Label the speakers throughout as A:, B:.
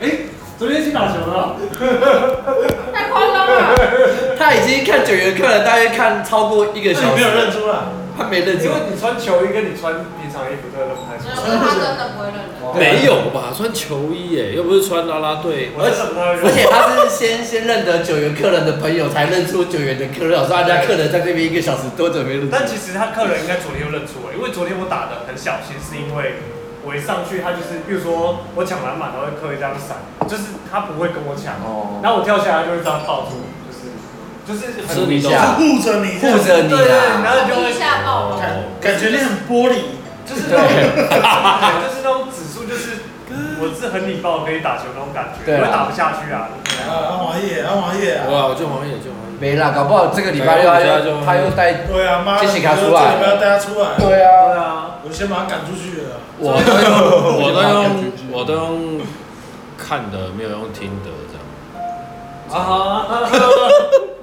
A: 哎，昨天去打球了，
B: 太夸张了，
C: 他已经看九元看了，大约看超过一个
D: 那
C: 小
D: 你没有
C: 时，
D: 认出来？
C: 他没认
D: 因
C: 出啊
D: 为
C: 来，
D: 你穿球衣跟你穿平常衣服真的不太出
B: 没
D: 来
B: 有，他真的不会认人。
E: 没有吧？穿球衣耶，又不是穿啦啦队。
D: 我真的不太会
C: 而
D: 认。
C: 且他是先先认得九元客人的朋友，才认出九元的客人，老师他家客人在这边一个小时多准备认出
D: 但其实他客人应该昨天就认出我，欸因为昨天我打的很小心，是因为我一上去他就是，比如说我抢篮板，他会磕一张伞，就是他不会跟我抢，
C: 哦
D: 然后我跳下来就是这样抱住，就是就是
E: 是
D: 很
E: 你都
C: 下
A: 护着你，
C: 啊护着你啊
D: 对对对，然
C: 啦。
D: 后就会
B: 一下爆了，
A: 感感觉你很玻璃，
D: 就是那种就是那种指数就是我是很礼貌可以打球那种感觉，
C: 对啊
D: 我会打不下去啊，对啊
A: 啊，王爷，啊王爷，
E: 哇，我就黄野，就黄野。
C: 没啦，搞不好这个礼拜六他
E: 对我们家
C: 又
E: 就
C: 他又带。
A: 对啊，妈的，
C: 谢谢他出来
A: 不要带他出来，
C: 对
D: 对
C: 啊，
D: 啊，
A: 我先把他赶出去了。
C: 我都用
E: 我都用我都用看的，没有用听的这样。
D: 啊，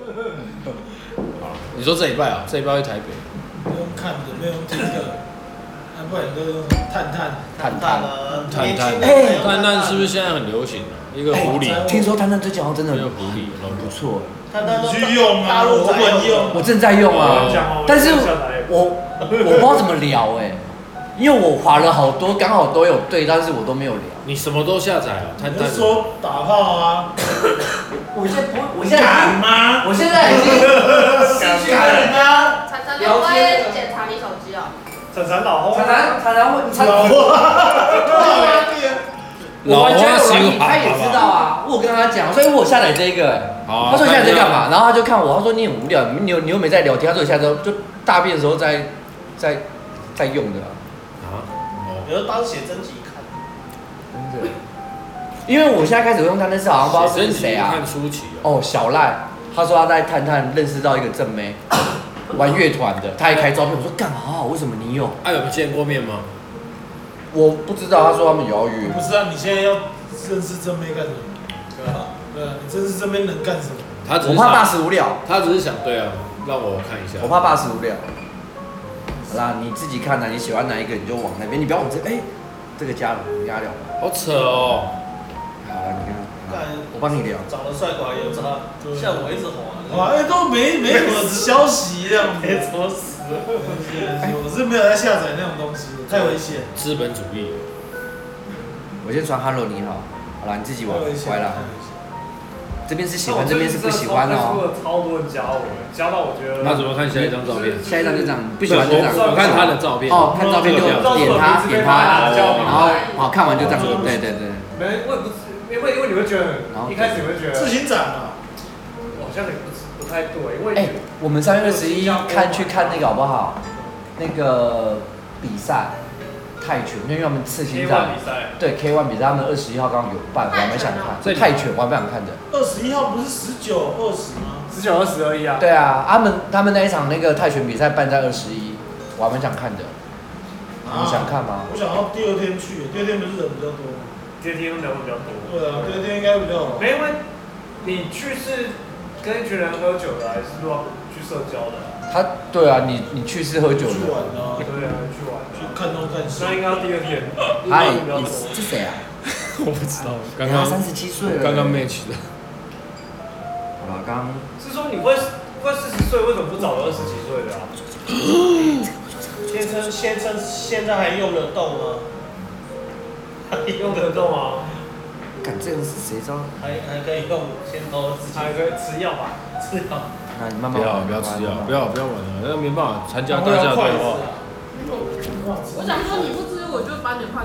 E: 你说这礼拜啊？这礼拜去台北，
A: 不用看的，没有用听的，要不然你都用探探。啊
C: 探探。
E: 探探
C: 哎
E: 探探是不是现在很流行啊？一
D: 哎
E: 个狐狸，
C: 听说探探最近好像真的
E: 一
C: 很
E: 个狐狸，
C: 很不错哎，
A: 你去用吗？我不用。
C: 我正在用啊
D: 我讲哦，
C: 但是
D: 我讲来
C: 我我不知道怎么聊哎，因为我划了好多，刚好都有对，但是我都没有聊。
E: 你什么都下载啊？探
A: 你
E: 探
A: 是。说打炮啊？
C: 我现在不，我
A: 你
C: 现在
A: 敢吗？
C: 我现在已经失去了人家。
B: 常常都会检查你手机哦。
D: 晨晨老
C: 常
D: 红，
C: 常常常会，常
A: 老花，
C: 我玩交
E: 老花
C: 友软
E: 型
C: 体他也知道啊，我有跟他讲，所以我有下载这个，
E: 好啊
C: 他说哦你下载这干？嘛？然后他就看我，他说你很无聊，你又你又没在聊天，他说你下载就大便的时候在在在用的啊、
E: 啊，哦
F: 比如当写真集看，
C: 真的。因为我现在开始用探探是好像不知道是谁啊
E: 看，舒淇哦，
C: 哦小赖，他说他在探探认识到一个正妹，玩乐团的，他还开照片，我说干嘛好好？为什么你有？
E: 哎，有没有见过面吗？
C: 我不知道，他说他们有要约
A: 我，不知道你现在要认识正妹干什么？对啊，对啊，你认识正妹能干什么？
E: 他只
C: 我
E: 是
C: 怕
E: 想
C: 大使无聊。
E: 他只是想对啊，让我看一下。
C: 我怕爸死无聊。好啦，你自己看啊呐、你喜欢哪一个你就往那边，你不要往这哎、这个加了，我们压了。
E: 好扯哦，
C: 好了，你看，
F: 干
C: 我帮你聊。
F: 长得帅寡也有差
A: 对，
F: 像我一直红啊，
A: 哇，哎，都没没什么消息这样子。啊
F: 没怎么死，
A: 哎我是没有在下载那种东西，太危险，
E: 资本主义。
C: 我先传 hello 你好。好啦，你自己
A: 太
C: 玩
A: 危险，
C: 乖啦
A: 太。危险
C: 这边是喜欢，这边是不喜欢哦。。
D: 超多人加我，加到我觉得
E: 那怎么看下一张照片？
C: 下一张就这样，不喜欢就这样。
E: 我我看他的照片。
C: 哦，看照片就点他，点他，然后好看完就这样。对对对，
D: 没，我也不是，因为因为你会觉得
C: 然后
D: 很，一开始你会觉得
A: 自行展嘛，
D: 好像也不是不太对，因为
C: 哎、我们三月二十一看去看那个好不好？那个比赛，泰拳，因为他们刺青
D: K
C: 战
D: one。比赛
C: 对 K One 比赛，他们二十一号刚好有办，我还蛮想
E: 这
C: 看
E: 里
C: 泰拳，我还蛮想看的。
A: 二十一号不是十九、二十吗？
D: 十九二十而已啊，
C: 对啊，他们他们那一场那个泰拳比赛办在二十一，我还蛮想看的。你们想看吗？
A: 啊我想要第二天去，第二天不是人比较多吗？
D: 这天人比较多。
A: 对啊，第二天应该比较好。
D: 没，因为你去是跟一群人喝酒的，还是说去社交的啊？
C: 他对啊，你你去是喝酒
A: 去
C: 的，
A: 玩啊，
D: 对啊，去玩的
A: 去
D: 啊。
A: 看东看西
D: 那。应该要第二天。
C: 他也
D: 应该比较
C: 也
D: 多
C: 是这谁啊？
E: 我不知道，刚
C: 他
E: 刚
C: 三十七岁了。
E: 刚刚 match 的，
C: 好了，刚
D: 是说你会会四十岁，为什么不找二十几岁的啊？
F: 先生先生现在还用得动吗？
A: 嗯
F: 还用
D: 用
F: 得
D: 得
F: 动，
D: 动啊，
C: 敢这样是谁知道？
F: 还还可以用，先偷自己
D: 还可以吃药吧？
F: 吃药，
C: 那你慢
E: 不
C: 慢
E: 要
C: 玩
E: 不要吃药，不
C: 要。
E: 要不要玩哦了，那没办法参加大家的对话。
B: 我想说你不吃，我就把你的筷